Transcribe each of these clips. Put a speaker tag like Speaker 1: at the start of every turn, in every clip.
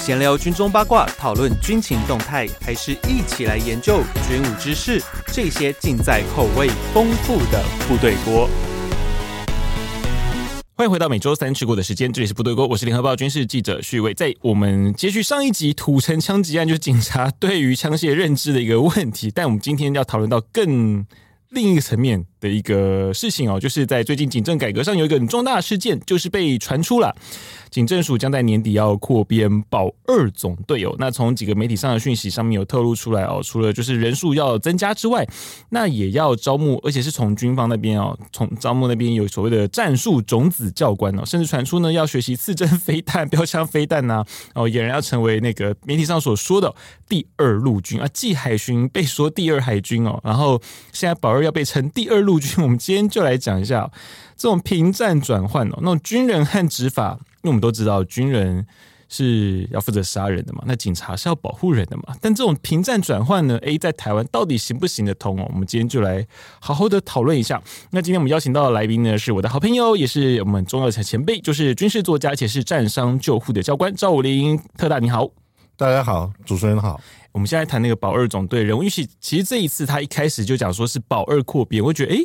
Speaker 1: 闲聊军中八卦，讨论军情动态，还是一起来研究军武知识？这些尽在口味丰富的部队锅。
Speaker 2: 欢迎回到每周三吃过的时间，这里是部队锅，我是联合报军事记者徐伟。在我们接续上一集土城枪击案，就是警察对于枪械认知的一个问题，但我们今天要讨论到更另一个层面的一个事情哦，就是在最近警政改革上有一个很重大的事件，就是被传出了警政署将在年底要扩编保二总队哦。那从几个媒体上的讯息上面有透露出来哦，除了就是人数要增加之外，那也要招募，而且是从军方那边哦，从招募那边有所谓的战术种子教官哦，甚至传出呢要学习刺针飞弹、标枪飞弹呐、哦，俨然要成为那个媒体上所说的第二陆军啊，继海巡被说第二海军哦，然后现在保二要被称第二陆军，我们今天就来讲一下、哦、这种平战转换哦，那种军人和执法，因为我们都知道军人。是要负责杀人的嘛？那警察是要保护人的嘛？但这种平战转换呢？A 在台湾到底行不行得通哦？我们今天就来好好的讨论一下。那今天我们邀请到的来宾呢，是我的好朋友，也是我们重要的前辈，就是军事作家，而且是战伤救护的教官赵武林特大，你好。
Speaker 3: 大家好，主持人好。
Speaker 2: 我们现在谈那个保二总队人物，因为其其实这一次他一开始就讲说是保二扩编，我觉得诶、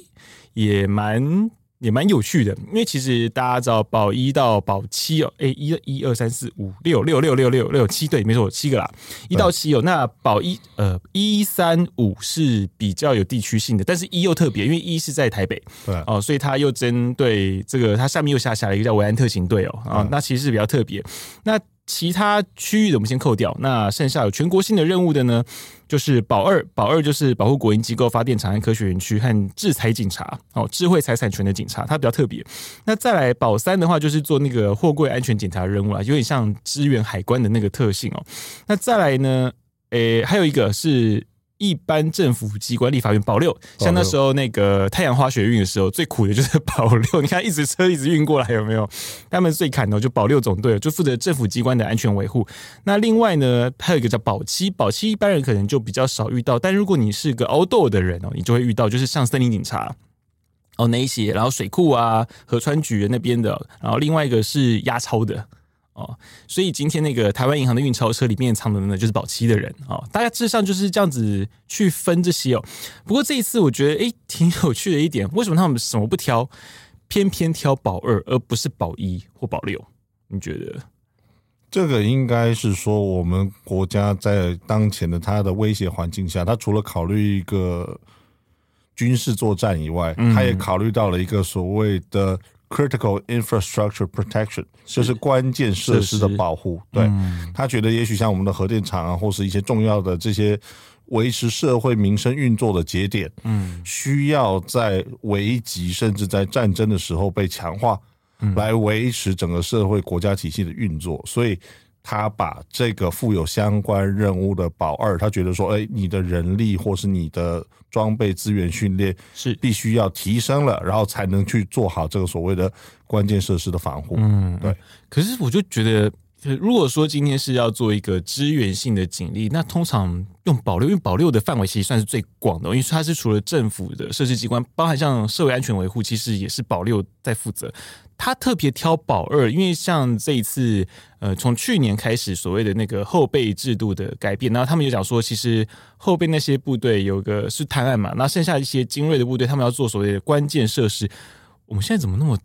Speaker 2: 也蛮也蛮有趣的，因为其实大家知道保一到保七哦，诶、一一二三四五六六六六六六七对，没错，有七个啦，一到七哦，那保一呃一三五是比较有地区性的，但是一又特别，因为一是在台北，
Speaker 3: 对，
Speaker 2: 哦，所以他又针对这个，他下面又下辖了一个叫维安特勤队哦，啊、
Speaker 3: 嗯
Speaker 2: 那其实是比较特别。那其他区域的我们先扣掉，那剩下有全国性的任务的呢，就是保二，保二就是保护国营机构、发电厂和科学园区和制裁警察，哦，智慧财产权的警察，它比较特别。那再来保三的话，就是做那个货柜安全检查任务啊，有点像支援海关的那个特性哦。那再来呢，诶、还有一个是一般政府机关立法院保六，像那时候那个太阳花学运的时候，最苦的就是 保六。你看，一直车一直运过来，有没有？他们最砍的就保六总队，就负责政府机关的安全维护。那另外呢，还有一个叫保七，保七一般人可能就比较少遇到，但如果你是个 outdoor 的人哦，你就会遇到，就是像森林警察。哦，那一些，然后水库啊、河川局那边的，然后另外一个是押钞的，哦，所以今天那个台湾银行的运钞车里面藏的呢，就是保期的人哦，大家至上就是这样子去分这些哦。不过这一次我觉得诶挺有趣的一点，为什么他们什么不挑，偏偏挑保二而不是保一或保六？你觉得？
Speaker 3: 这个应该是说我们国家在当前的它的威胁环境下，它除了考虑一个军事作战以外，它也考虑到了一个所谓的 critical infrastructure protection，就是关键设施的保护。对，他觉得也许像我们的核电厂啊，或是一些重要的这些。维持社会民生运作的节点，嗯，需要在危急甚至在战争的时候被强化，来维持整个社会国家体系的运作，所以他把这个负有相关任务的保二，他觉得说，哎，你的人力或是你的装备资源训练
Speaker 2: 是
Speaker 3: 必须要提升了，然后才能去做好这个所谓的关键设施的防护。嗯，对，
Speaker 2: 可是我就觉得，呃如果说今天是要做一个支援性的警力，那通常用保六，因为保六的范围其实算是最广的哦，因为它是除了政府的设置机关，包含像社会安全维护，其实也是保六在负责。他特别挑保二，因为像这一次，呃，从去年开始所谓的那个后备制度的改变，然后他们有讲说，其实后备那些部队有个是探案嘛，那剩下一些精锐的部队，他们要做所谓的关键设施。我们现在怎么那么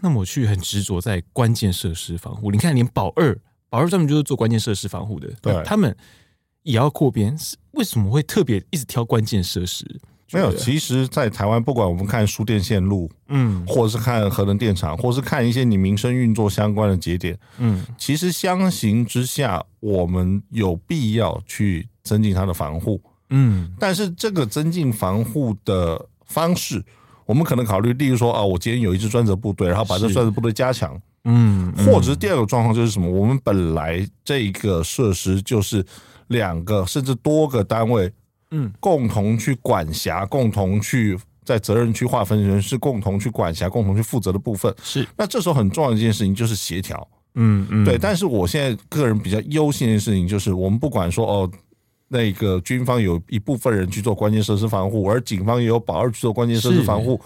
Speaker 2: 那么去很执着在关键设施防护。你看，连保二，保二专门就是做关键设施防护的，
Speaker 3: 对
Speaker 2: 那他们也要扩编，是为什么会特别一直挑关键设施？
Speaker 3: 没有，
Speaker 2: 觉得
Speaker 3: 其实，在台湾，不管我们看输电线路，
Speaker 2: 嗯
Speaker 3: 或是看核能电厂，或是看一些你民生运作相关的节点，
Speaker 2: 嗯，
Speaker 3: 其实相形之下，我们有必要去增进它的防护，
Speaker 2: 嗯
Speaker 3: 但是这个增进防护的方式，我们可能考虑，例如说啊，我今天有一支专责部队，然后把这
Speaker 2: 是
Speaker 3: 专责部队加强，
Speaker 2: 嗯，
Speaker 3: 或者是第二个状况就是什么？我们本来这个设施就是两个甚至多个单位，
Speaker 2: 嗯，
Speaker 3: 共同去管辖，共同去在责任区划分人是共同去管辖、共同去负责的部分。
Speaker 2: 是，
Speaker 3: 那这时候很重要的一件事情就是协调。
Speaker 2: 嗯嗯，
Speaker 3: 对，但是我现在个人比较忧心的事情就是，我们不管说哦，那个军方有一部分人去做关键设施防护，而警方也有保二去做关键设施防护，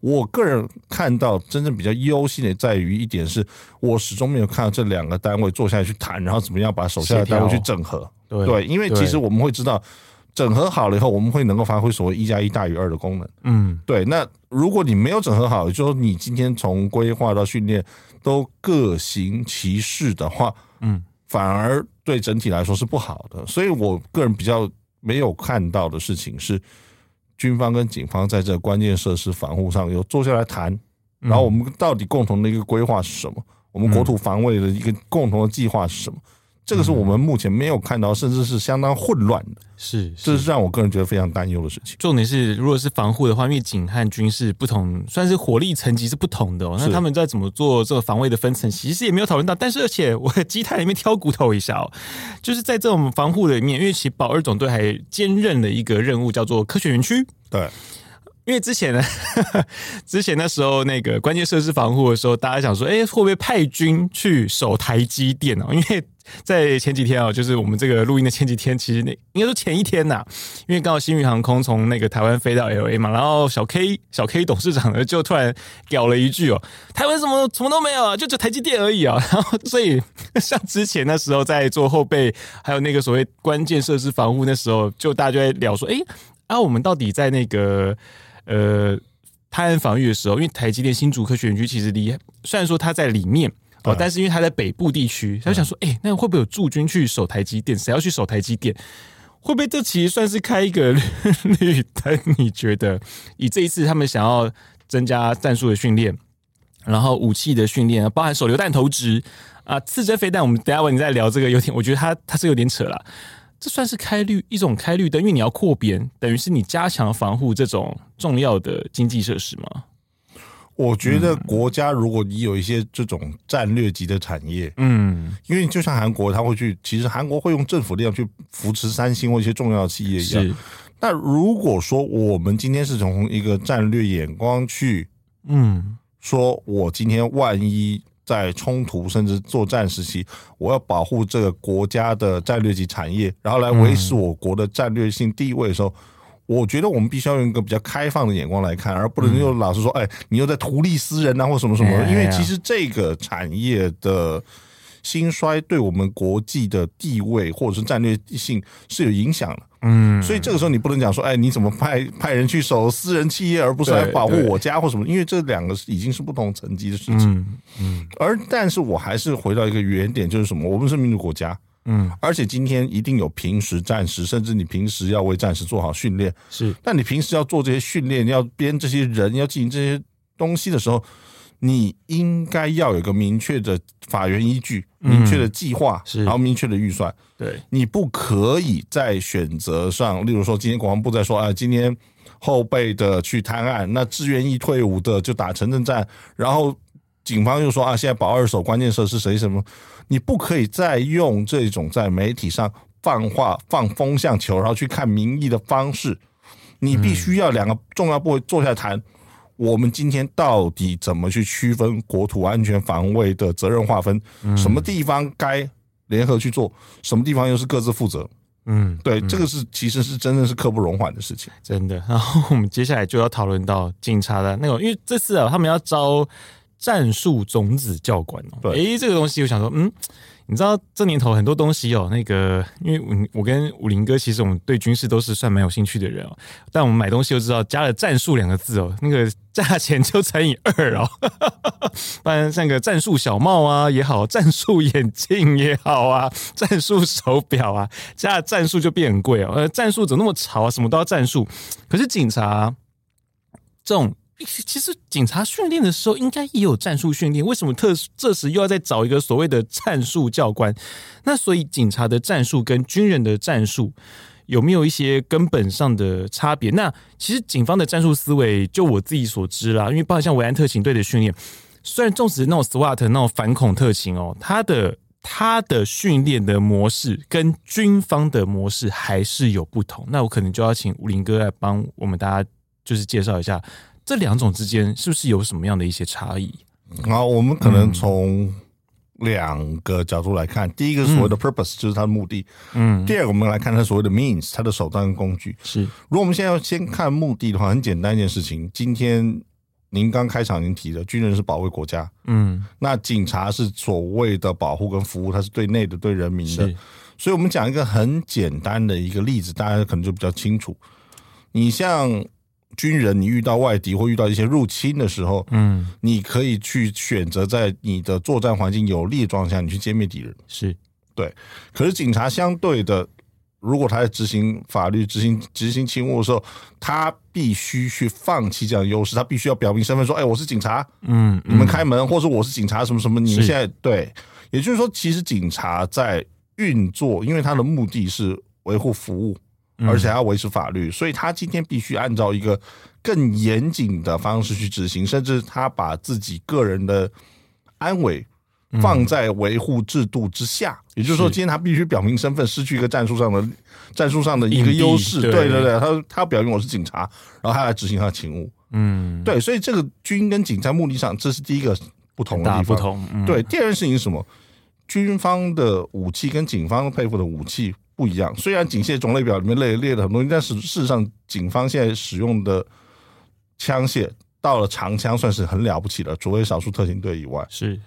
Speaker 3: 我个人看到真正比较忧心的在于一点是，我始终没有看到这两个单位坐下来去谈，然后怎么样把手下的单位去整合。
Speaker 2: 对
Speaker 3: 对，因为其实
Speaker 2: 对
Speaker 3: 我们会知道，整合好了以后，我们会能够发挥所谓一加一大于二的功能。
Speaker 2: 嗯，
Speaker 3: 对，那如果你没有整合好，也就是说你今天从规划到训练都各行其事的话，
Speaker 2: 嗯，
Speaker 3: 反而对整体来说是不好的。所以我个人比较没有看到的事情是，军方跟警方在这关键设施防护上有坐下来谈，
Speaker 2: 嗯
Speaker 3: 然后我们到底共同的一个规划是什么？我们国土防卫的一个共同的计划是什么？这个是我们目前没有看到，甚至是相当混乱的，
Speaker 2: 是
Speaker 3: 这
Speaker 2: 是。
Speaker 3: 是让我个人觉得非常担忧的事情。
Speaker 2: 重点是，如果是防护的话，因为警和军是不同，算是火力层级是不同的、哦。那
Speaker 3: 是
Speaker 2: 他们在怎么做这个防卫的分层，其实也没有讨论到。但是，而且我鸡蛋里面挑骨头一下哦，就是在这种防护里面，因为其实保二总队还兼任了一个任务，叫做科学园区。
Speaker 3: 对，
Speaker 2: 因为之前呢， 之前那时候那个关键设施防护的时候，大家想说，哎、会不会派军去守台积电哦？ 因为在前几天哦，就是我们这个录音的前几天，其实那应该说前一天呐、因为刚好新宇航空从那个台湾飞到 L A 嘛，然后小 K 小 K 董事长呢就突然屌了一句哦，台湾什么什么都没有啊，就只有台积电而已啊。 然后所以像之前那时候在做后备，还有那个所谓关键设施防护那时候，就大家就在聊说，哎、啊，我们到底在那个呃泰安防御的时候，因为台积电新竹科学园区其实离虽然说它在里面。哦
Speaker 3: 对，
Speaker 2: 但是因为它在北部地区，他就想说，哎、那会不会有驻军去守台积电？谁要去守台积电？会不会这其实算是开一个 绿灯？你觉得以这一次他们想要增加战术的训练，然后武器的训练，包含手榴弹投掷啊、刺针飞弹，我们等一下问你再聊这个有点，我觉得它它是有点扯啦。这算是开绿一种开绿灯，因为你要扩编，等于是你加强防护这种重要的经济设施嘛。
Speaker 3: 我觉得国家如果你有一些这种战略级的产业，
Speaker 2: 嗯，
Speaker 3: 因为就像韩国，他会去，其实韩国会用政府力量去扶持三星或一些重要企业一样。
Speaker 2: 是，
Speaker 3: 那如果说我们今天是从一个战略眼光去
Speaker 2: 嗯，
Speaker 3: 说，我今天万一在冲突甚至作战时期，我要保护这个国家的战略级产业，然后来维持我国的战略性地位的时候。我觉得我们必须要用一个比较开放的眼光来看，而不能又老是说，哎，你又在图利私人啊，或什么什么
Speaker 2: 哎呀。
Speaker 3: 因为其实这个产业的兴衰对我们国际的地位或者是战略性是有影响的。
Speaker 2: 嗯，
Speaker 3: 所以这个时候你不能讲说，哎，你怎么派派人去守私人企业，而不是来
Speaker 2: 对
Speaker 3: 保护
Speaker 2: 对
Speaker 3: 我家或什么？因为这两个已经是不同层级的事情。
Speaker 2: 嗯
Speaker 3: 而但是我还是回到一个原点，就是什么？我们是民主国家，
Speaker 2: 嗯，
Speaker 3: 而且今天一定有平时、战时，甚至你平时要为战时做好训练。
Speaker 2: 是，
Speaker 3: 但你平时要做这些训练，要编这些人，要进行这些东西的时候，你应该要有一个明确的法源依据、明确的计划，
Speaker 2: 是
Speaker 3: 然后明确的预算。
Speaker 2: 嗯对，
Speaker 3: 你不可以在选择上，例如说今天国防部在说啊，今天后备的去探案，那志愿役退伍的就打城镇战，然后警方又说啊，现在保二手关键设施谁什么，你不可以再用这种在媒体上放话、放风向球，然后去看民意的方式，你必须要两个重要部位坐下谈。我们今天到底怎么去区分国土安全防卫的责任划分？什么地方该联合去做，什么地方又是各自负责？
Speaker 2: 嗯。
Speaker 3: 对，这个是其实是真的是刻不容缓的事情。
Speaker 2: 真的。然后我们接下来就要讨论到警察的那种，因为这次啊，他们要招战术种子教官哦。
Speaker 3: 对
Speaker 2: 诶，这个东西我想说，嗯，你知道这年头很多东西哦，那个因为我我跟武林哥其实我们对军事都是算蛮有兴趣的人哦，但我们买东西就知道加了战术两个字哦，那个价钱就乘以二哦。 不然像个战术小帽啊也好，战术眼镜也好啊，战术手表啊，加了战术就变很贵哦。呃，战术怎么那么潮啊？什么都要战术。可是警察、这种，其实警察训练的时候应该也有战术训练，为什么特这时又要再找一个所谓的战术教官？那所以警察的战术跟军人的战术。有没有一些根本上的差别？那其实警方的战术思维，就我自己所知啦，因为包括像维安特勤队的训练，虽然纵使那种 SWAT 那种反恐特勤哦，它的它的训练的模式跟军方的模式还是有不同。那我可能就要请吴林哥来帮我们大家就是介绍一下这两种之间是不是有什么样的一些差异？
Speaker 3: 然后我们可
Speaker 2: 嗯
Speaker 3: 能从两个角度来看，第一个是所谓的 purpose，、就是它的目的；
Speaker 2: 嗯，
Speaker 3: 第二个我们来看它所谓的 means，它的手段跟工具。
Speaker 2: 是
Speaker 3: 如果我们现在要先看目的的话，很简单一件事情，今天您刚开场您提的，军人是保卫国家，
Speaker 2: 嗯，
Speaker 3: 那警察是所谓的保护跟服务，它是对内的、对人民的
Speaker 2: 是。
Speaker 3: 所以，我们讲一个很简单的一个例子，大家可能就比较清楚。你像军人，你遇到外敌或遇到一些入侵的时候，
Speaker 2: 嗯
Speaker 3: 你可以去选择在你的作战环境有利的状况下，你去歼灭敌人。
Speaker 2: 是
Speaker 3: 可是警察相对的，如果他在执行法律、执行执行勤务的时候，他必须去放弃这样的优势，他必须要表明身份，说：“哎，我是警察，
Speaker 2: 嗯，
Speaker 3: 你们开门，或者我是警察，什么什么。”你们
Speaker 2: 是
Speaker 3: 现在对，也就是说，其实警察在运作，因为他的目的是维护服务，
Speaker 2: 嗯
Speaker 3: 而且还要维持法律，所以他今天必须按照一个更严谨的方式去执行，甚至他把自己个人的安危放在维护制度之下。也就是说，
Speaker 2: 嗯是
Speaker 3: 今天他必须表明身份，失去一个战术上的战术上的一
Speaker 2: 硬
Speaker 3: 个
Speaker 2: 币
Speaker 3: 优势。
Speaker 2: 对
Speaker 3: 对对对，他他表明我是警察，然后他来执行他的勤务。
Speaker 2: 嗯，
Speaker 3: 对，所以这个军跟警在目的上，这是第一个不同的地
Speaker 2: 大
Speaker 3: 方。
Speaker 2: 不同，嗯，
Speaker 3: 对，第二件事情是什么？军方的武器跟警方配付的武器不一样。虽然警械种类表里面列列了很多，但是事实上，警方现在使用的枪械到了长枪算是很了不起的，除非少数特勤队以外。
Speaker 2: 是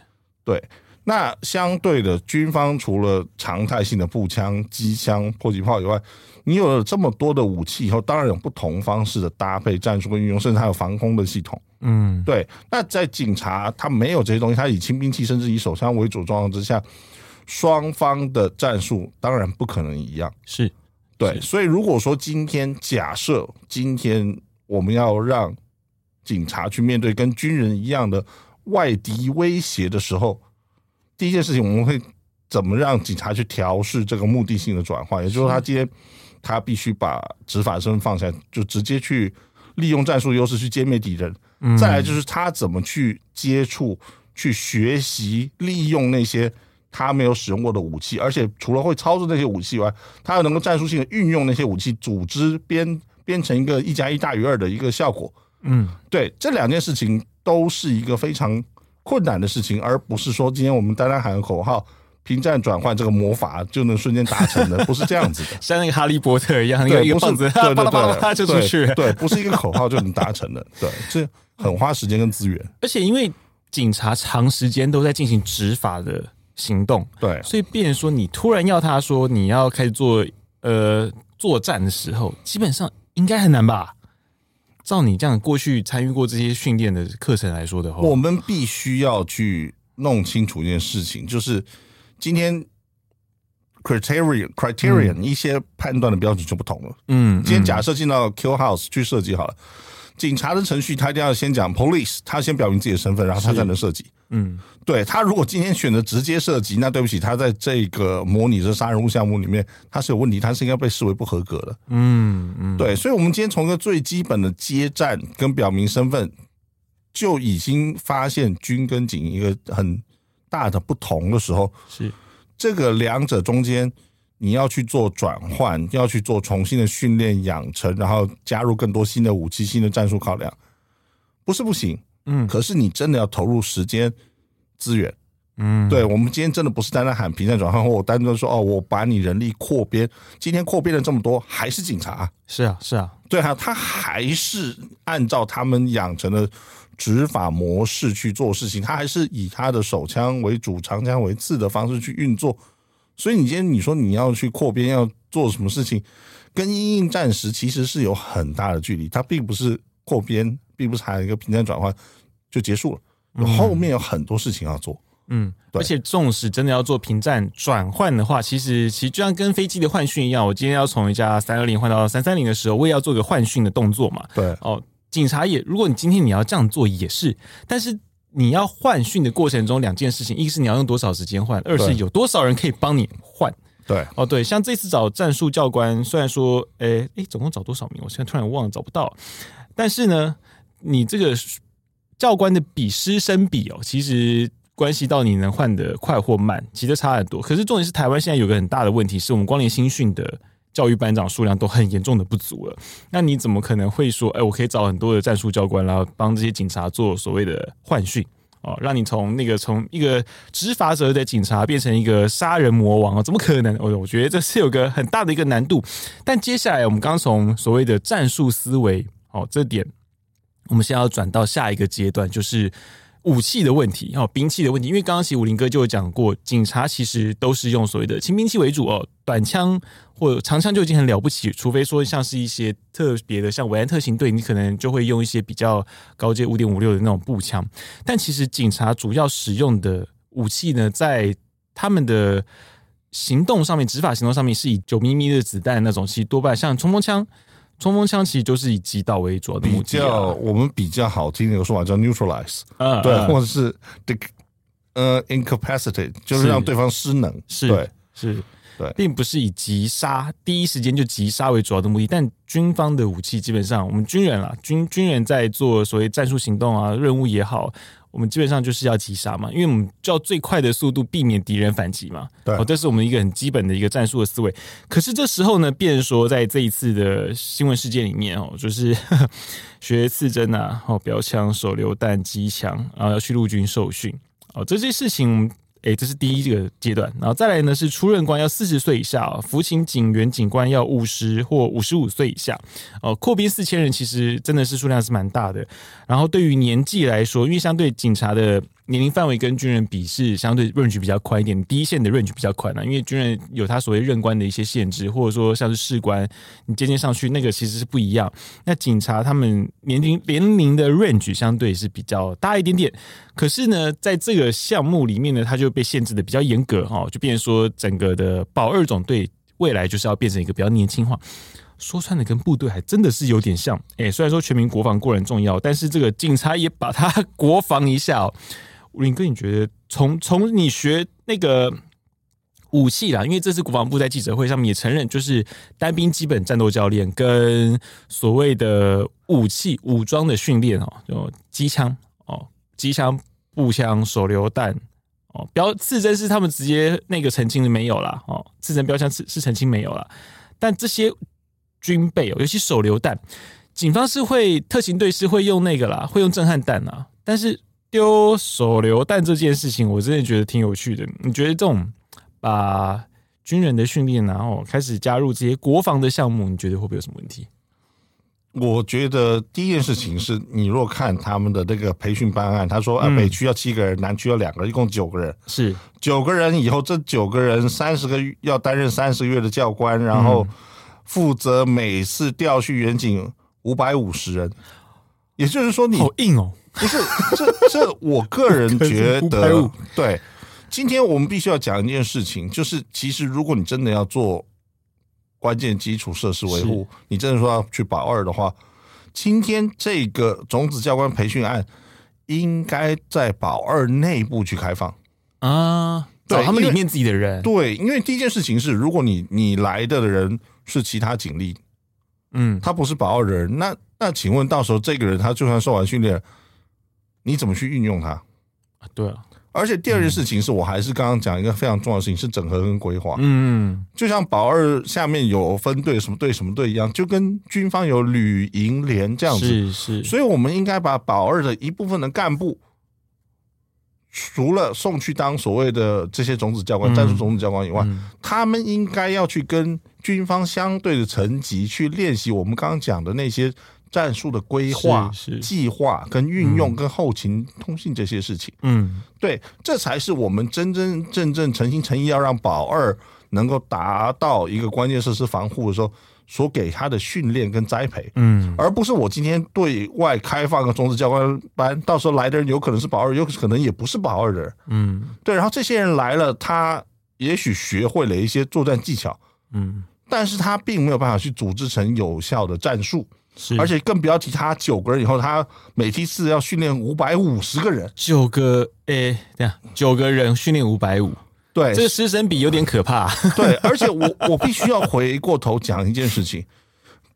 Speaker 3: 对，那相对的，军方除了常态性的步枪、机枪、迫击炮以外，你有了这么多的武器以后，当然有不同方式的搭配、战术跟运用，甚至还有防空的系统。
Speaker 2: 嗯
Speaker 3: 对，那在警察他没有这些东西，他以轻兵器甚至以手枪为主的状况之下，双方的战术当然不可能一样。
Speaker 2: 是
Speaker 3: 对，所以如果说今天假设今天我们要让警察去面对跟军人一样的外敌威胁的时候，第一件事情我们会怎么让警察去调试这个目的性的转换？也就是说，他今天他必须把执法身份放下，就直接去利用战术优势去歼灭敌人。
Speaker 2: 嗯
Speaker 3: 再来就是他怎么去接触、去学习、利用那些他没有使用过的武器，而且除了会操作那些武器以外，他又能够战术性的运用那些武器，组织编编成一个一加一大于二的一个效果。
Speaker 2: 嗯
Speaker 3: 对，这两件事情都是一个非常困难的事情，而不是说今天我们单单喊个口号。平战转换这个魔法就能瞬间达成 的，不是这样子的。
Speaker 2: 像那个哈利波特一样，那个
Speaker 3: 对，
Speaker 2: 一个
Speaker 3: 不是
Speaker 2: 棒子，
Speaker 3: 对对
Speaker 2: 巴拉巴拉巴拉
Speaker 3: 对，
Speaker 2: 就出去了
Speaker 3: 对，对不是一个口号就能达成的，对，这很花时间跟资源。
Speaker 2: 而且因为警察长时间都在进行执法的行动，
Speaker 3: 对，
Speaker 2: 所以变成说你突然要他说你要开始做呃作战的时候，基本上应该很难吧？照你这样过去参与过这些训练的课程来说的话，
Speaker 3: 我们必须要去弄清楚一件事情，就是今天 criterion criterion 一些判断的标准就不同了。
Speaker 2: 嗯，嗯
Speaker 3: 今天假设进到 Q House 去设计好了，警察的程序他一定要先讲 police，他先表明自己的身份，然后他才能设计。
Speaker 2: 嗯
Speaker 3: 对他如果今天选择直接射击，那对不起，他在这个模拟的杀人物项目里面，他是有问题，他是应该被视为不合格的。
Speaker 2: 嗯嗯，
Speaker 3: 对，所以，我们今天从一个最基本的接站跟表明身份，就已经发现军跟警一个很大的不同的时候，
Speaker 2: 是
Speaker 3: 这个两者中间你要去做转换，要去做重新的训练养成，然后加入更多新的武器、新的战术考量，不是不行，
Speaker 2: 嗯
Speaker 3: 可是你真的要投入时间资源，
Speaker 2: 嗯
Speaker 3: 对我们今天真的不是单单喊平战转换，或我单单说哦，我把你人力扩编，今天扩编了这么多，还是警察啊、
Speaker 2: 是啊是啊，
Speaker 3: 对啊，他还是按照他们养成的执法模式去做事情，他还是以他的手枪为主、长枪为次的方式去运作。所以你今天你说你要去扩编，要做什么事情，跟因应战时其实是有很大的距离。它并不是扩编，并不是喊一个平战转换就结束了，后面有很多事情要做。
Speaker 2: 嗯，
Speaker 3: 对
Speaker 2: 而且纵使真的要做平站转换的话，其实其实就像跟飞机的换训一样，我今天要从一架三二零换到三三零的时候，我也要做个换训的动作嘛。
Speaker 3: 对，
Speaker 2: 哦，警察也，如果你今天你要这样做也是，但是你要换训的过程中，两件事情，一是你要用多少时间换，二是
Speaker 3: 对
Speaker 2: 有多少人可以帮你换。
Speaker 3: 对，
Speaker 2: 哦，对，像这次找战术教官，虽然说，诶诶，总共找多少名？我现在突然忘了，找不到。但是呢，你这个教官的比师生比哦，其实关系到你能换的快或慢，其实差很多。可是重点是，台湾现在有个很大的问题，是我们光年新训的教育班长数量都很严重的不足了。那你怎么可能会说，哎，我可以找很多的战术教官，然后帮这些警察做所谓的换训？哦，让你从那个从一个执法者的警察变成一个杀人魔王啊、怎么可能？我我觉得这是有个很大的一个难度。但接下来我们刚从所谓的战术思维，哦这点，我我们现在要转到下一个阶段，就是武器的问题，还有兵器的问题。因为刚刚其实武林哥就有讲过，警察其实都是用所谓的轻兵器为主哦，短枪或长枪就已经很了不起，除非说像是一些特别的，像维安特勤队，你可能就会用一些比较高阶五点五六的那种步枪。但其实警察主要使用的武器呢，在他们的行动上面，执法行动上面是以九咪咪的子弹那种，其实多半像冲锋枪。冲锋枪其实就是以击倒为主要的
Speaker 3: 比
Speaker 2: 目的啊、
Speaker 3: 较我们比较好听的一个说法叫 neutralize，
Speaker 2: 嗯
Speaker 3: 对，
Speaker 2: 嗯
Speaker 3: 啊或者是 d 呃 incapacitate，就是
Speaker 2: 是
Speaker 3: 让对方失能，
Speaker 2: 是
Speaker 3: 对，
Speaker 2: 是，
Speaker 3: 对
Speaker 2: 并不是以击杀第一时间就击杀为主要的目的。但军方的武器基本上，我们军人啊，军军人在做所谓战术行动啊、任务也好，我们基本上就是要击杀嘛，因为我们就要最快的速度避免敌人反击嘛。
Speaker 3: 对
Speaker 2: 哦，这是我们一个很基本的一个战术的思维。可是这时候呢，变成说在这一次的新闻事件里面哦，就是 学刺针啊，哦，标枪、手榴弹、机枪，然后要去陆军受训哦，这些事情。诶，这是第一个阶段，然后再来呢是出任官要四十岁以下、哦，服勤警员、警官要五十或五十五岁以下，哦，扩编四千人其实真的是数量是蛮大的。然后对于年纪来说，因为相对警察的年龄范围跟军人比是相对 range 比较宽一点，第一线的 range 比较宽啊，因为军人有他所谓任官的一些限制，或者说像是士官，你渐渐上去那个其实是不一样。那警察他们年龄年龄的 range 相对是比较大一点点，可是呢，在这个项目里面呢，它就被限制的比较严格哦，就变成说整个的保二总队未来就是要变成一个比较年轻化。说穿了，跟部队还真的是有点像。哎、虽然说全民国防固然重要，但是这个警察也把它国防一下、哦。林哥，你觉得从从你学那个武器啦，因为这次国防部在记者会上面也承认，就是单兵基本战斗教练跟所谓的武器武装的训练哦，就机枪哦，机枪、步枪、手榴弹哦，标刺针是他们直接那个澄清的没有啦哦，刺针标枪是是澄清没有啦，但这些军备哦，尤其手榴弹，警方是会特勤队是会用那个啦，会用震撼弹啦，但是丢手榴弹这件事情，我真的觉得挺有趣的。你觉得这种把军人的训练、啊，然后开始加入这些国防的项目，你觉得会不会有什么问题？
Speaker 3: 我觉得第一件事情是你若看他们的那个培训办案，他说啊，
Speaker 2: 嗯
Speaker 3: 北区要七个人，南区要两个人，一共九个人。
Speaker 2: 是
Speaker 3: 九个人以后，这九个人三十个月要担任三十个月的教官，然后
Speaker 2: 嗯
Speaker 3: 负责每次调训远景五百五十人。也就是说你，
Speaker 2: 好硬哦，
Speaker 3: 不是这这，我个人觉
Speaker 2: 550
Speaker 3: 得对。今天我们必须要讲一件事情，就是其实如果你真的要做关键基础设施维护，你真的说要去保二的话，今天这个种子教官培训案应该在保二内部去开放。
Speaker 2: 啊！
Speaker 3: 对
Speaker 2: 找他们
Speaker 3: 因
Speaker 2: 里
Speaker 3: 为
Speaker 2: 面自己的人，
Speaker 3: 对，因为第一件事情是，如果你你来的人是其他警力，
Speaker 2: 嗯，
Speaker 3: 他不是保二的人，那那请问到时候这个人他就算受完训练，你怎么去运用他？
Speaker 2: 对啊，
Speaker 3: 而且第二件事情是我还是刚刚讲一个非常重要的事情，是整合跟规划。
Speaker 2: 嗯，
Speaker 3: 就像保二下面有分队什么队什么队一样，就跟军方有旅营连这样子。
Speaker 2: 是是，
Speaker 3: 所以我们应该把保二的一部分的干部，除了送去当所谓的这些种子教官、
Speaker 2: 嗯
Speaker 3: 战术种子教官以外，
Speaker 2: 嗯
Speaker 3: 他们应该要去跟军方相对的层级去练习我们刚刚讲的那些战术的规划
Speaker 2: 是是、
Speaker 3: 计划跟运用、跟后勤通信这些事情。
Speaker 2: 嗯，
Speaker 3: 对，这才是我们真真正正诚心诚意要让保二能够达到一个关键设施防护的时候，所给他的训练跟栽培，
Speaker 2: 嗯，
Speaker 3: 而不是我今天对外开放个种子教官班，到时候来的人有可能是保二，有可能也不是保二的人。
Speaker 2: 嗯，
Speaker 3: 对，然后这些人来了，他也许学会了一些作战技巧，
Speaker 2: 嗯，
Speaker 3: 但是他并没有办法去组织成有效的战术，
Speaker 2: 是，
Speaker 3: 而且更不要提他九个人以后，他每梯次要训练五百五十个人。
Speaker 2: 九个诶，这样九个人训练五百五，
Speaker 3: 对，
Speaker 2: 这个师生比有点可怕。
Speaker 3: 对，而且我我必须要回过头讲一件事情，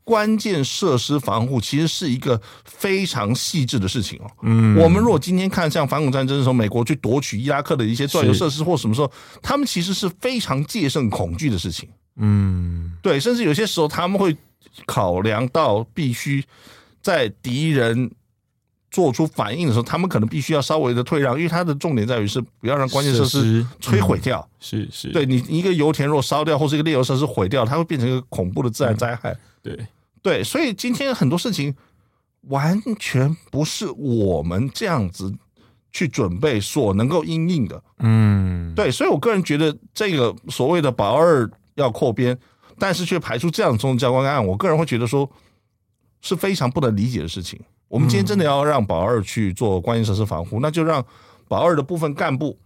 Speaker 3: 关键设施防护其实是一个非常细致的事情哦。
Speaker 2: 嗯，
Speaker 3: 我们如果今天看像反恐战争的时候，美国去夺取伊拉克的一些转油
Speaker 2: 是
Speaker 3: 设施或什么时候，他们其实是非常戒慎恐惧的事情。
Speaker 2: 嗯，
Speaker 3: 对，甚至有些时候他们会考量到必须在敌人。做出反应的时候，他们可能必须要稍微的退让，因为它的重点在于是不要让关键设
Speaker 2: 设施嗯
Speaker 3: 施摧毁掉。
Speaker 2: 是是，
Speaker 3: 对你一个油田若烧掉，或是一个炼油设施嗯毁掉，它会变成一个恐怖的自然灾害。
Speaker 2: 对，
Speaker 3: 对，所以今天很多事情，完全不是我们这样子去准备所能够应应的。
Speaker 2: 嗯，
Speaker 3: 对，所以我个人觉得这个所谓的保二要扩编，但是却排除这样的宗教观案，我个人会觉得说是非常不能理解的事情。我们今天真的要让保二去做关键设施防护，那就让保二的部分干部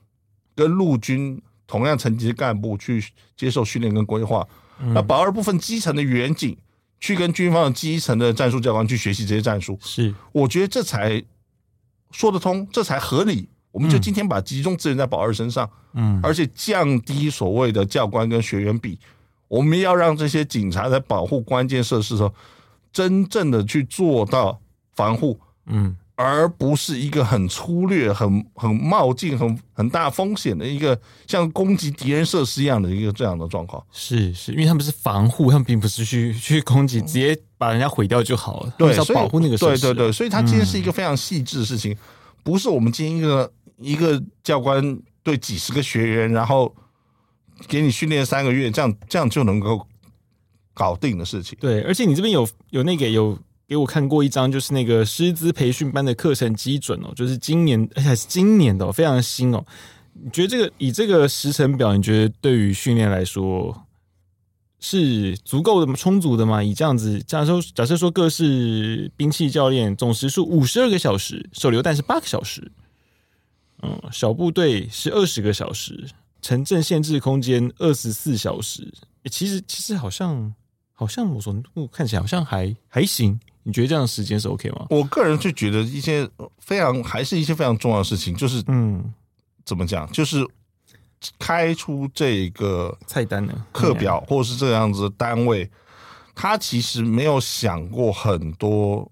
Speaker 3: 跟陆军同样层级的干部去接受训练跟规划，那保二部分基层的远景去跟军方的基层的战术教官去学习这些战术，
Speaker 2: 是
Speaker 3: 我觉得这才说得通，这才合理。我们就今天把集中资源在保二身上，
Speaker 2: 嗯，
Speaker 3: 而且降低所谓的教官跟学员比，我们要让这些警察在保护关键设施的时候，真正的去做到防护，
Speaker 2: 嗯
Speaker 3: 而不是一个很粗略、很很冒进、很很大风险的一个像攻击敌人设施一样的一个这样的状况。
Speaker 2: 是是，因为他们是防护，他们并不是去去攻击，直接把人家毁掉就好了。他
Speaker 3: 嗯对，
Speaker 2: 们是要
Speaker 3: 所以
Speaker 2: 保护那个设
Speaker 3: 对
Speaker 2: 施。嗯
Speaker 3: 对对，所以他今天是一个非常细致的事情，不是我们今天一个一个教官对几十个学员，然后给你训练三个月，这样这样就能够搞定的事情。
Speaker 2: 对，而且你这边有有那个有给我看过一张，就是那个师资培训班的课程基准哦，就是今年，而且还是今年的、哦，非常新哦。你觉得这个以这个时程表，你觉得对于训练来说是足够的吗、充足的吗？以这样子，假设说假设说各式兵器教练总时数五十二个小时，手榴弹是八个小时，嗯，小部队是二十个小时，城镇限制空间二十四小时。诶其实其实好像好像某种程度看起来好像还还行。你觉得这样的时间是 OK 吗？
Speaker 3: 我个人就觉得一些非常还是一些非常重要的事情，就是
Speaker 2: 嗯，
Speaker 3: 怎么讲，就是开出这个
Speaker 2: 菜单呢？嗯
Speaker 3: 课表或者是这样子的单位，他其实没有想过很多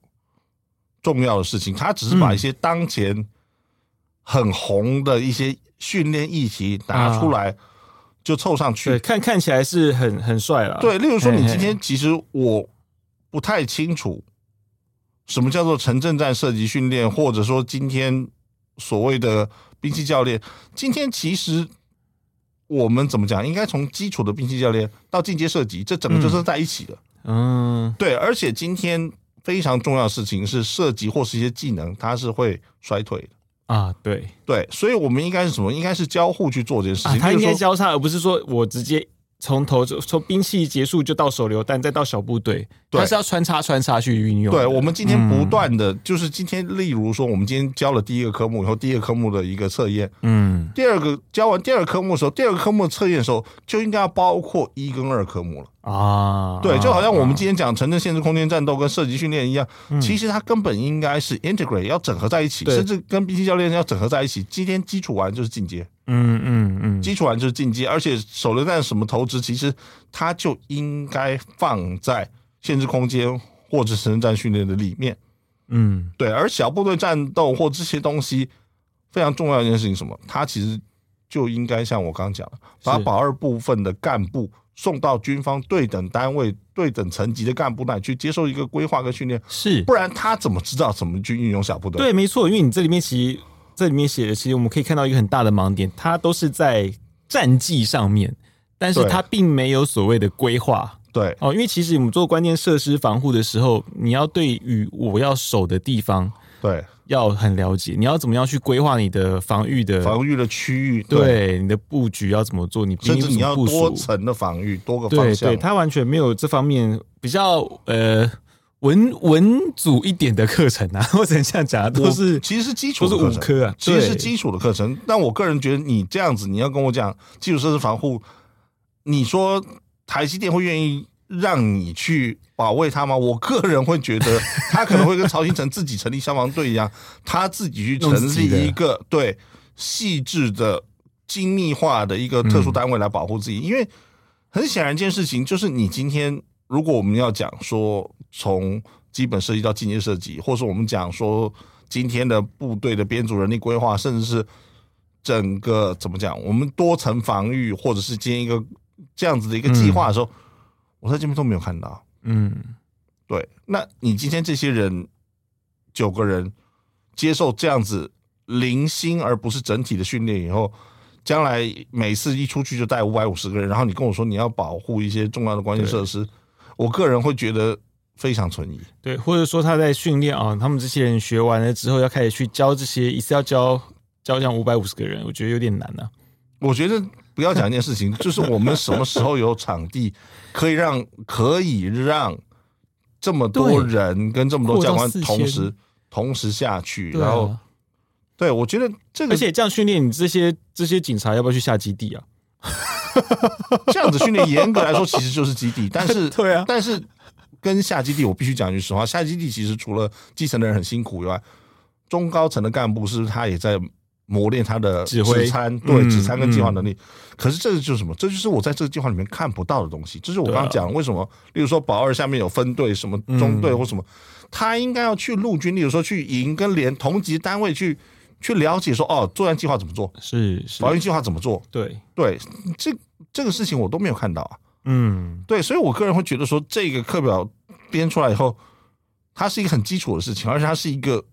Speaker 3: 重要的事情，他只是把一些当前很红的一些训练议题拿出来就凑上去。
Speaker 2: 对，看看起来是很很帅了。
Speaker 3: 对，例如说，你今
Speaker 2: 啊嘿
Speaker 3: 天其实我不太清楚什么叫做城镇战射击训练，或者说今天所谓的兵器教练。今天其实我们怎么讲，应该从基础的兵器教练到进阶射击，这整个就是在一起的。
Speaker 2: 嗯
Speaker 3: 对，而且今天非常重要的事情是，射击或是一些技能，它是会衰退的。
Speaker 2: 啊，对
Speaker 3: 对，所以我们应该是什么？应该是交互去做这件事
Speaker 2: 啊，
Speaker 3: 情。
Speaker 2: 他
Speaker 3: 例如
Speaker 2: 应该
Speaker 3: 说
Speaker 2: 交叉，而不是说我直接从头就从兵器结束就到手榴弹，再到小部队，
Speaker 3: 对
Speaker 2: 他是要穿插穿插去运用的。
Speaker 3: 对，我们今天不
Speaker 2: 嗯
Speaker 3: 断的，就是今天，例如说，我们今天教了第一个科目以后，第一个科目的一个测验，
Speaker 2: 嗯
Speaker 3: 第二个教完第二个科目的时候，第二个科目的测验的时候，就应该要包括一跟二科目了。
Speaker 2: 啊，
Speaker 3: 对，就好像我们今
Speaker 2: 天
Speaker 3: 天讲城镇限制空间战斗跟射击训练一样，其实它根本应该是 integrate 要整合在一起，
Speaker 2: 对
Speaker 3: 甚至跟 BC 教练要整合在一起。今天基础完就是进阶，
Speaker 2: 嗯嗯嗯
Speaker 3: 基础完就是进阶，而且手榴弹什么投掷，其实它就应该放在限制空间或者城镇战训练的里面。
Speaker 2: 嗯
Speaker 3: 对，而小部队战斗或这些东西非常重要的一件事情，是什么？它其实就应该像我刚刚讲的，把
Speaker 2: 是
Speaker 3: 保二部分的干部送到军方对等单位、对等层级的干部那里去接受一个规划跟训练，
Speaker 2: 是
Speaker 3: 不然他怎么知道怎么去运用小部队？
Speaker 2: 对，没错，因为你这里面其实这里面写的，其实我们可以看到一个很大的盲点，它都是在战绩上面，但是
Speaker 3: 对
Speaker 2: 它并没有所谓的规划
Speaker 3: 对
Speaker 2: 哦。因为其实我们做关键设施防护的时候，你要对于我要守的地方
Speaker 3: 对，
Speaker 2: 要很了解，你要怎么样去规划你的防御的
Speaker 3: 防御的区域，
Speaker 2: 对你的布局要怎么做，你兵
Speaker 3: 甚
Speaker 2: 力
Speaker 3: 至你
Speaker 2: 怎么
Speaker 3: 要
Speaker 2: 部
Speaker 3: 多
Speaker 2: 署
Speaker 3: 层的防御，多个
Speaker 2: 对
Speaker 3: 方
Speaker 2: 对，
Speaker 3: 向。
Speaker 2: 他完全没有这方面比较呃文文组一点的课程啊， 我只能这样讲啊，
Speaker 3: 我
Speaker 2: 都是
Speaker 3: 其实是基础的
Speaker 2: 都是
Speaker 3: 课程
Speaker 2: 五科啊
Speaker 3: 其实是
Speaker 2: 对
Speaker 3: 基础的课程。但我个人觉得你这样子，你要跟我讲基础设施防护，你说台积电会愿意让你去保卫它吗？我个人会觉 得他可能会跟曹新成自己成立消防队一样，他自己去成
Speaker 2: 弄自己的
Speaker 3: 立一个对细致的、精密化的一个特
Speaker 2: 嗯
Speaker 3: 殊单位来保护自己，因为很显然一件事情就是你今天。如果我们要讲说从基本设计到进阶设计，或是我们讲说今天的部队的编组人力规划，甚至是整个怎么讲，我们多层防御，或者是建一个这样子的一个计划的时候，我在这边都没有看到。
Speaker 2: 嗯。
Speaker 3: 对，那你今天这些人九个人接受这样子零星而不是整体的训练以后，将来每次一出去就带五百五十个人，然后你跟我说你要保护一些重要的关键设施，我个人会觉得非常存疑。
Speaker 2: 对，或者说他在训练啊，他们这些人学完了之后，要开始去教这些，一次要教教这五百五十个人，我觉得有点难啊。
Speaker 3: 我觉得不要讲一件 事情，就是我们什么时候有场地可以让可以让这么多
Speaker 2: 对
Speaker 3: 人跟这么多教官
Speaker 2: 扩到4000
Speaker 3: 同时同时下去，
Speaker 2: 对啊
Speaker 3: 然后对我觉得这个
Speaker 2: 而且这样训练你这些这些警察，要不要去下基地啊？
Speaker 3: 这样子训练，严格来说其实就是基 地，但是
Speaker 2: 对啊
Speaker 3: 但是跟下基地，我必须讲一句实话，下基地其实除了基层的人很辛苦以外，中高层的干部是不是他也在磨练他的
Speaker 2: 指挥
Speaker 3: 参，对
Speaker 2: 嗯
Speaker 3: 指参跟计划能力。可是这就是什么？这就是我在这个计划里面看不到的东西。这是我
Speaker 2: 对啊嗯
Speaker 3: 刚刚讲为什么，例如说保二下面有分队，什么中队或什么，他应该要去陆军，例如说去营跟连同级单位去去了解说哦，作战计划怎么做，
Speaker 2: 是是，
Speaker 3: 保育计划怎么做。
Speaker 2: 对，
Speaker 3: 对，这这个事情我都没有看到啊。
Speaker 2: 嗯，
Speaker 3: 对，所以我个人会觉得说，这个课表编出来以后，它是一个很基础的事情，而且它是一个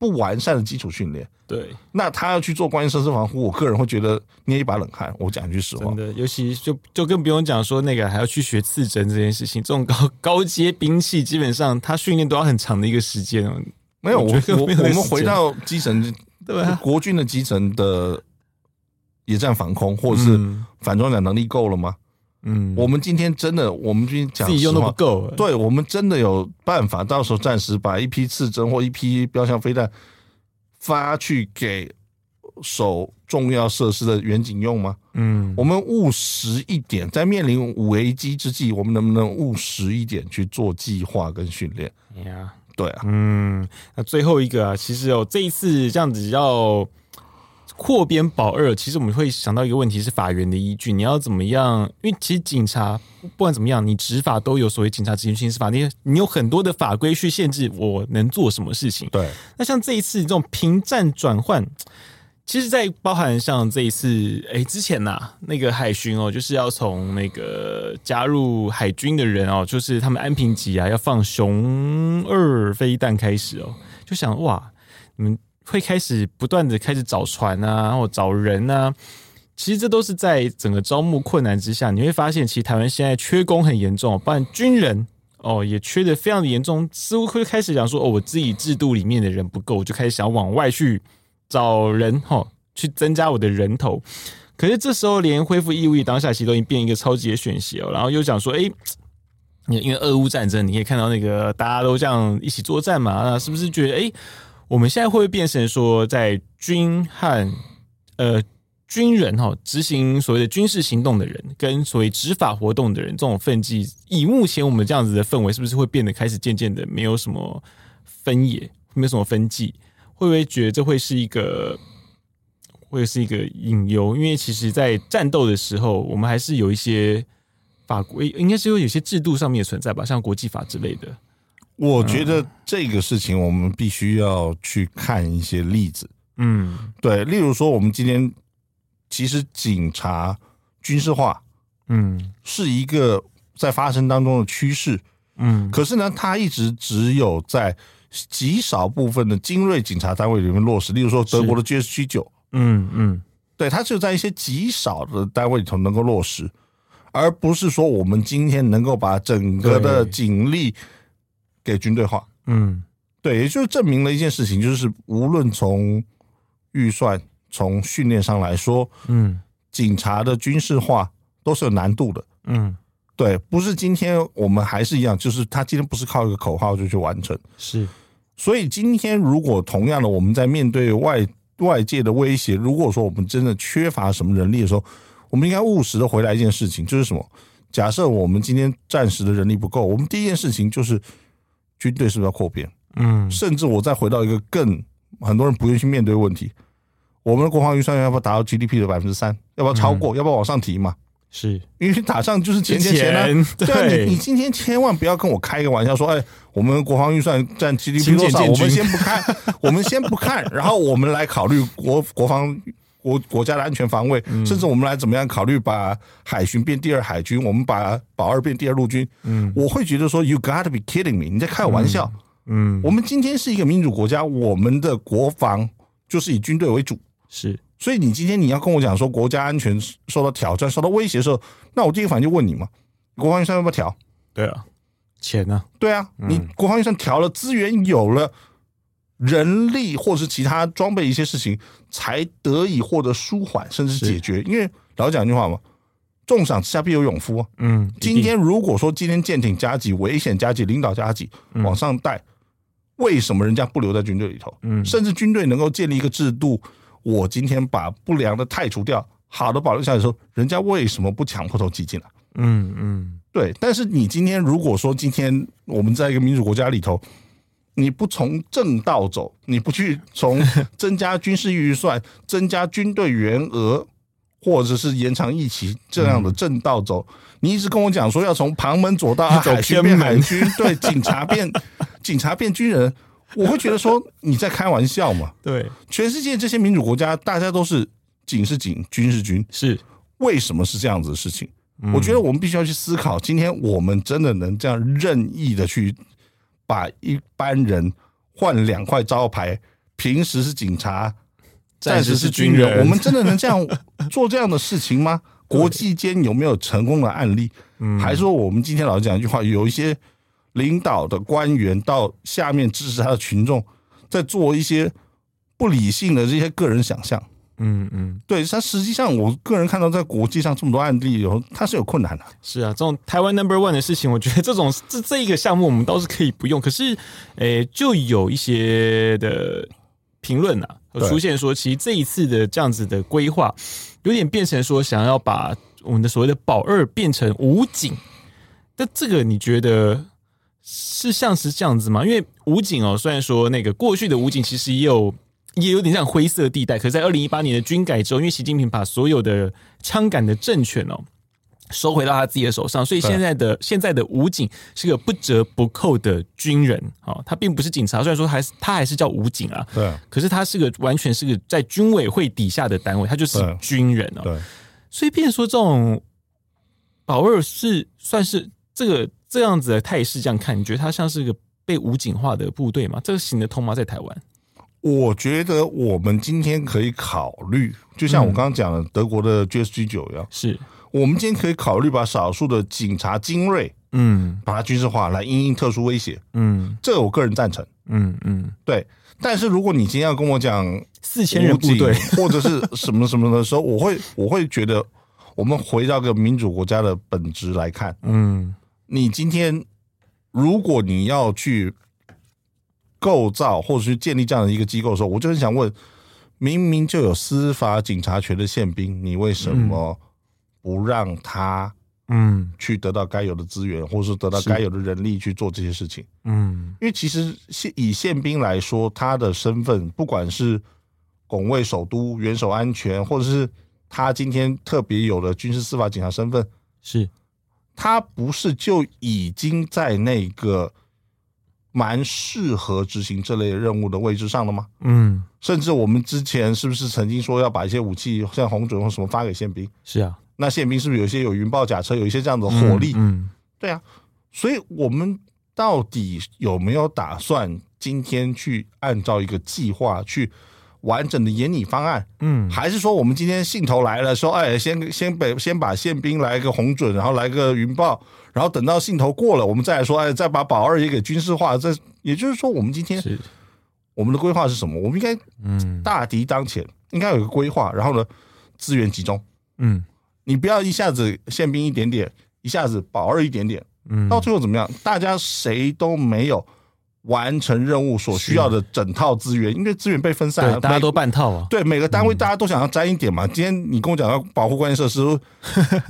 Speaker 3: 不完善的基础训练。
Speaker 2: 对，
Speaker 3: 那他要去做关于生死防护，我个人会觉得捏一把冷汗。我讲一句实话
Speaker 2: 真，的，尤其就就更不用讲说那个还要去学刺针这件事情，这种高 高阶兵器，基本上他训练都要很长的一个时间哦。
Speaker 3: 没有我
Speaker 2: 我觉得
Speaker 3: 我
Speaker 2: 没有那
Speaker 3: 我
Speaker 2: 个
Speaker 3: 们
Speaker 2: 时
Speaker 3: 回
Speaker 2: 间
Speaker 3: 到基层，
Speaker 2: 对啊
Speaker 3: 国军的基层的野战防空或者是
Speaker 2: 嗯
Speaker 3: 反装甲能力够了吗？
Speaker 2: 嗯，
Speaker 3: 我们今天真的，我们今天讲
Speaker 2: 自己用
Speaker 3: 实
Speaker 2: 都
Speaker 3: 话
Speaker 2: 不够，，
Speaker 3: 对我们真的有办法，到时候暂时把一批刺针或一批标枪飞弹发去给守重要设施的远警用吗？
Speaker 2: 嗯，
Speaker 3: 我们务实一点，在面临危机之际，我们能不能务实一点去做计划跟训练？
Speaker 2: 呀。
Speaker 3: 对啊，
Speaker 2: 嗯，那最后一个啊，其实哦，这一次这样子要扩编保二，其实我们会想到一个问题是法源的依据，你要怎么样？因为其实警察不管怎么样，你执法都有所谓警察执行刑事法，你你有很多的法规去限制我能做什么事情。
Speaker 3: 对，
Speaker 2: 那像这一次这种平战转换，其实，在包含像这一次，哎、之前呐、那个海巡哦，就是要从那个加入海军的人哦，就是他们安平级啊，要放熊二飞弹开始哦，就想哇，你们会开始不断的开始找船啊，然后找人啊。其实这都是在整个招募困难之下，你会发现，其实台湾现在缺工很严重哦，不然军人哦，也缺的非常的严重，似乎会开始讲说，哦，我自己制度里面的人不够，我就开始想往外去找人哈、哦，去增加我的人头。可是这时候，连恢复义务役当下，其实都已经变一个超级的选协哦。然后又讲说，哎、因为因为俄乌战争，你可以看到那个大家都这样一起作战嘛，那是不是觉得，哎、我们现在会不会变成说，在军和呃军人哈、执行所谓的军事行动的人，跟所谓执法活动的人，这种分际，以目前我们这样子的氛围，是不是会变得开始渐渐的没有什么分野，没有什么分际？会不会觉得这会是一个，会是一个隐忧？因为其实，在战斗的时候，我们还是有一些法规，应该是有有些制度上面的存在吧，像国际法之类的。
Speaker 3: 我觉得这个事情我们必须要去看一些例子。
Speaker 2: 嗯
Speaker 3: 对，例如说，我们今天其实警察军事化
Speaker 2: 嗯
Speaker 3: 是一个在发生当中的趋势。
Speaker 2: 嗯，
Speaker 3: 可是呢，它一直只有在极少部分的精锐警察单位里面落实，例如说德国的 GSG 九，
Speaker 2: 嗯嗯，
Speaker 3: 对，它只有在一些极少的单位里头能够落实，而不是说我们今天能够把整个的
Speaker 2: 对
Speaker 3: 警力给军队化。
Speaker 2: 嗯，
Speaker 3: 对，也就证明了一件事情，就是无论从预算、从训练上来说，
Speaker 2: 嗯
Speaker 3: 警察的军事化都是有难度的。
Speaker 2: 嗯，
Speaker 3: 对，不是今天我们还是一样，就是他今天不是靠一个口号就去完成。
Speaker 2: 是，
Speaker 3: 所以今天如果同样的，我们在面对外外界的威胁，如果说我们真的缺乏什么人力的时候，我们应该务实的回来一件事情，就是什么？假设我们今天暂时的人力不够，我们第一件事情就是军队是不是要扩编？
Speaker 2: 嗯
Speaker 3: 甚至我再回到一个更很多人不愿意去面对的问题，我们的国防预算要不要达到 GDP 的百分之三？要不要超过？要不要往上提嘛？
Speaker 2: 是，
Speaker 3: 因为打仗就是钱钱钱啊！
Speaker 2: 对，
Speaker 3: 对你，你今天千万不要跟我开个玩笑说，哎，我们国防预算占 GDP
Speaker 2: 勤
Speaker 3: 多
Speaker 2: 俭
Speaker 3: 少？
Speaker 2: 建
Speaker 3: 我们
Speaker 2: 军
Speaker 3: 先不看，我们先不看，然后我们来考虑国国防国国家的安全防卫，甚至我们来怎么样考虑把海巡变第二海军，我们把保二变第二陆军。嗯，我会觉得说，You gotta be kidding me！你在开我玩笑。
Speaker 2: 嗯，
Speaker 3: 我们今天是一个民主国家，我们的国防就是以军队为主。
Speaker 2: 是，
Speaker 3: 所以你今天你要跟我讲说国家安全受到挑战、受到威胁的时候，那我第一个反应就问你嘛，国防预算要不要调？
Speaker 2: 对啊，钱呢、
Speaker 3: 对啊，你国防预算调了，资源有了，人力或是其他装备一些事情，才得以获得舒缓甚至解决。因为老讲一句话嘛，重赏之下必有勇夫啊、
Speaker 2: 嗯，
Speaker 3: 今天如果说今天舰艇加急、危险加急、领导加急往上带，为什么人家不留在军队里头？
Speaker 2: 嗯
Speaker 3: 甚至军队能够建立一个制度，我今天把不良的汰除掉，好的保留下来的时候，人家为什么不强迫头挤进来？
Speaker 2: 嗯嗯，
Speaker 3: 对，但是你今天如果说今天我们在一个民主国家里头，你不从正道走，你不去 从增加军事预算、增加军队员额，或者是延长役期这样的
Speaker 2: 嗯
Speaker 3: 正道走，你一直跟我讲说要从旁门左道、啊、
Speaker 2: 走
Speaker 3: 海军
Speaker 2: 偏
Speaker 3: 变
Speaker 2: 门
Speaker 3: 海军，对，警察 变警察变军人，我会觉得说你在开玩笑嘛？
Speaker 2: 对，
Speaker 3: 全世界这些民主国家，大家都是警是警，军是军，
Speaker 2: 是，
Speaker 3: 为什么是这样子的事情？我觉得我们必须要去思考，今天我们真的能这样任意的去把一般人换两块招牌，平时是警察，
Speaker 2: 暂
Speaker 3: 暂
Speaker 2: 时
Speaker 3: 时
Speaker 2: 是
Speaker 3: 是
Speaker 2: 军
Speaker 3: 军
Speaker 2: 人
Speaker 3: 人，我们真的能这样做这样的事情吗？国际间有没有成功的案例？还是说我们今天老实讲一句话，有一些领导的官员到下面支持他的群众，在做一些不理性的这些个人想象？
Speaker 2: 嗯嗯，
Speaker 3: 对，它实际上我个人看到，在国际上这么多案例以后，它是有困难的。
Speaker 2: 是啊，这种台湾 number one 的事情，我觉得这种这这一个项目我们倒是可以不用，可是，诶、就有一些的评论啊，有
Speaker 3: 对
Speaker 2: 出现说，其实这一次的这样子的规划，有点变成说想要把我们的所谓的保二变成武警，那这个你觉得是像是这样子吗？因为武警哦，虽然说那个过去的武警其实也有也有点像灰色地带，可是在二零一八年的军改之后，因为习近平把所有的枪杆的政权哦。收回到他自己的手上，所以
Speaker 3: 对
Speaker 2: 现在的现在的武警是个不折不扣的军人哦，他并不是警察，虽然说还是他还是叫武警啊，
Speaker 3: 对
Speaker 2: 可是他是个完全是个在军委会底下的单位，他就是
Speaker 3: 对
Speaker 2: 军人哦、
Speaker 3: 对，
Speaker 2: 所以，变成说这种保二是算是这个这样子的态势，这样看，你觉得他像是个被武警化的部队吗？这个行得通吗？在台湾？
Speaker 3: 我觉得我们今天可以考虑，就像我
Speaker 2: 嗯
Speaker 3: 刚刚讲的德国的 GSG 九一样，
Speaker 2: 是，
Speaker 3: 我们今天可以考虑把少数的警察精锐
Speaker 2: 嗯
Speaker 3: 把它军事化，来应应特殊威胁，
Speaker 2: 嗯
Speaker 3: 这个我个人赞成。
Speaker 2: 嗯嗯，
Speaker 3: 对，但是如果你今天要跟我讲
Speaker 2: 四千人部队
Speaker 3: 武，警或者是什么什么的时候，我会我会觉得，我们回到个民主国家的本质来看，
Speaker 2: 嗯
Speaker 3: 你今天如果你要去构造或者去建立这样的一个机构的时候，我就很想问：明明就有司法警察权的宪兵，你为什么不让他
Speaker 2: 嗯
Speaker 3: 去得到该有的资源，或是得到
Speaker 2: 是
Speaker 3: 该有的人力去做这些事情？
Speaker 2: 嗯
Speaker 3: 因为其实现以宪兵来说，他的身份不管是拱卫首都、元首安全，或者是他今天特别有的军事司法警察身份，
Speaker 2: 是，
Speaker 3: 他不是就已经在那个蛮适合执行这类任务的位置上了吗？
Speaker 2: 嗯
Speaker 3: 甚至我们之前是不是曾经说要把一些武器，像红准或什么发给宪兵？
Speaker 2: 是啊，
Speaker 3: 那宪兵是不是有些有云豹甲车，有一些这样的火力？
Speaker 2: 嗯
Speaker 3: 对啊，所以我们到底有没有打算今天去按照一个计划去完整的研拟方案？
Speaker 2: 嗯
Speaker 3: 还是说我们今天兴头来了，说哎，先先北先把宪兵来个红准，然后来个云豹，然后等到兴头过了，我们再来说，哎，再把保二也给军事化。这也就是说，我们今天
Speaker 2: 是，
Speaker 3: 我们的规划是什么？我们应该
Speaker 2: 嗯
Speaker 3: 大敌当前，应该有一个规划，然后呢，资源集中，
Speaker 2: 嗯
Speaker 3: 你不要一下子宪兵一点点，一下子保二一点点，
Speaker 2: 嗯，
Speaker 3: 到最后怎么样？大家谁都没有完成任务所需要的整套资源，因为资源被分散
Speaker 2: 对
Speaker 3: 了，
Speaker 2: 大家
Speaker 3: 每
Speaker 2: 都半套啊，
Speaker 3: 对，每个单位大家都想要沾一点嘛。今天你跟我讲要保护关键 设施，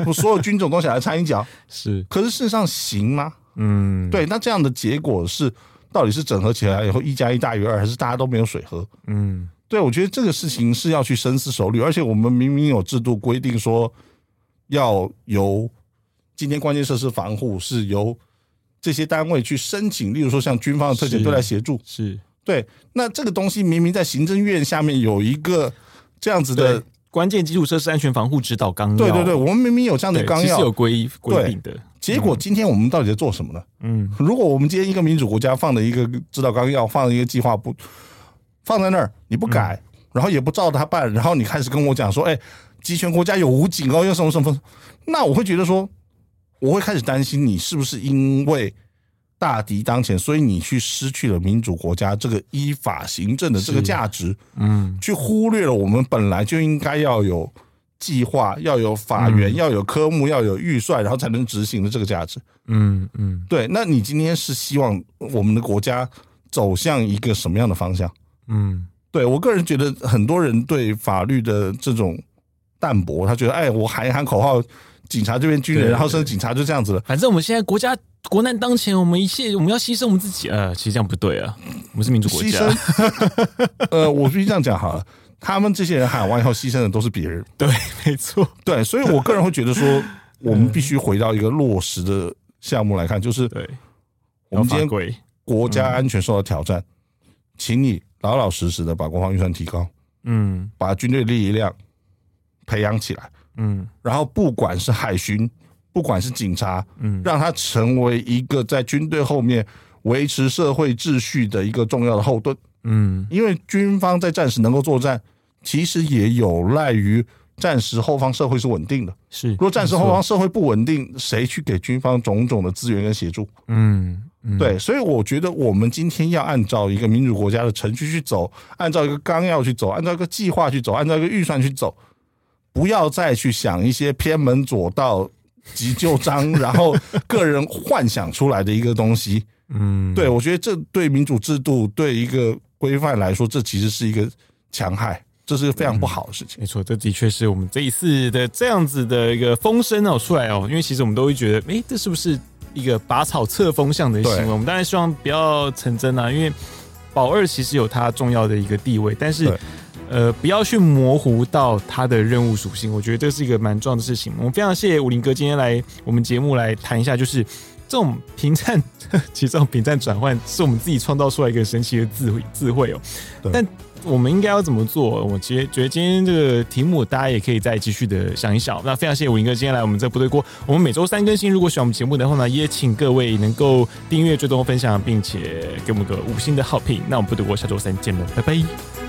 Speaker 3: 我所有军种都想要掺一脚，
Speaker 2: 是，
Speaker 3: 可是事实上行吗？
Speaker 2: 嗯
Speaker 3: 对，那这样的结果是，到底是整合起来以后一加一大于二，还是大家都没有水喝？
Speaker 2: 嗯
Speaker 3: 对，我觉得这个事情是要去深思熟虑，而且我们明明有制度规定说，要由今天关键设施防护是由这些单位去申请，例如说像军方的特遣
Speaker 2: 是
Speaker 3: 队来协助。
Speaker 2: 是。
Speaker 3: 对，那这个东西明明在行政院下面有一个这样子的
Speaker 2: 对，关键基础设施安全防护指导纲要，
Speaker 3: 对对对，我们明明有这样的
Speaker 2: 对，
Speaker 3: 纲
Speaker 2: 其实有嗯
Speaker 3: 要，
Speaker 2: 规规定的，
Speaker 3: 结果今天我们到底在做什么呢？
Speaker 2: 嗯
Speaker 3: 如果我们今天一个民主国家放的一个指导纲要，放了一个计划不放在那儿，你不改，
Speaker 2: 嗯
Speaker 3: 然后也不照着它办，然后你开始跟我讲说，哎，集权国家有武警哦，有什么什么，那我会觉得说，我会开始担心你是不是因为大敌当前，所以你去失去了民主国家这个依法行政的这个价值，
Speaker 2: 嗯，
Speaker 3: 去忽略了我们本来就应该要有计划、要有法源、要有科目、要有预算，然后才能执行的这个价值。
Speaker 2: 嗯嗯
Speaker 3: 对，那你今天是希望我们的国家走向一个什么样的方向？
Speaker 2: 嗯，
Speaker 3: 对我个人觉得，很多人对法律的这种淡薄，他觉得，哎，我喊一喊口号，警察这边军人，
Speaker 2: 对
Speaker 3: 然后剩警察就这样 子了。
Speaker 2: 反正我们现在国家国难当前，我们一切我们要牺牲我们自己。呃，其实这样不对啊，我们是民主国
Speaker 3: 牺
Speaker 2: 家，
Speaker 3: 牲，呃，我必须这样讲好了，他们这些人喊完以后，牺牲的都是别人。
Speaker 2: 对，没错，
Speaker 3: 对，所以我个人会觉 得说，我们必须回到一个落实的项目来看，就是
Speaker 2: 对，
Speaker 3: 我们今
Speaker 2: 要
Speaker 3: 天
Speaker 2: 法规
Speaker 3: 国家安全受到挑战，请你老老实实的把国防预算提高，
Speaker 2: 嗯
Speaker 3: 把军队力量培养起来，
Speaker 2: 嗯
Speaker 3: 然后不管是海巡，不管是警察，
Speaker 2: 嗯
Speaker 3: 让他成为一个在军队后面维持社会秩序的一个重要的后盾。
Speaker 2: 嗯
Speaker 3: 因为军方在战时能够作战，其实也有赖于战时后方社会是稳定的。
Speaker 2: 是。如
Speaker 3: 如果战时后哦方，社会不稳定，谁去给军方种种的资源跟协助？
Speaker 2: 嗯嗯，
Speaker 3: 对，所以我觉得我们今天要按照一个民主国家的程序去走，按照一个纲要去走，按照一个计划去走，按照一个预算去走，不要再去想一些偏门左道、急救章，然后个人幻想出来的一个东西。
Speaker 2: 嗯
Speaker 3: 对，我觉得这对民主制度、对一个规范来说，这其实是一个强害，这是非常
Speaker 2: 嗯
Speaker 3: 不好的事情。
Speaker 2: 没错，这的确是我们这一次的这样子的一个风声哦出来哦，因为其实我们都会觉得，诶，这是不是一个拔草测风向的行为？
Speaker 3: 对
Speaker 2: 我们当然希望不要成真啊，因为宝二其实有它重要的一个地位，但是
Speaker 3: 对
Speaker 2: 呃，不要去模糊到它的任务属性，我觉得这是一个蛮重要的事情。我们非常谢谢武林哥今天来我们节目来谈一下，就是。这种平战， 其实这种平战转换是我们自己创造出来一个神奇的智慧智慧哦。
Speaker 3: 对
Speaker 2: 但我们应该要怎么做？我其实觉得今天这个题目，大家也可以再继续的想一想。那非常谢谢文哥今天来我们这部队锅，我们每周三更新。如果喜欢我们节目的话呢，也请各位能够订阅、追踪、分享，并且给我们个五星的好评。那我们部队锅下周三见喽，拜拜。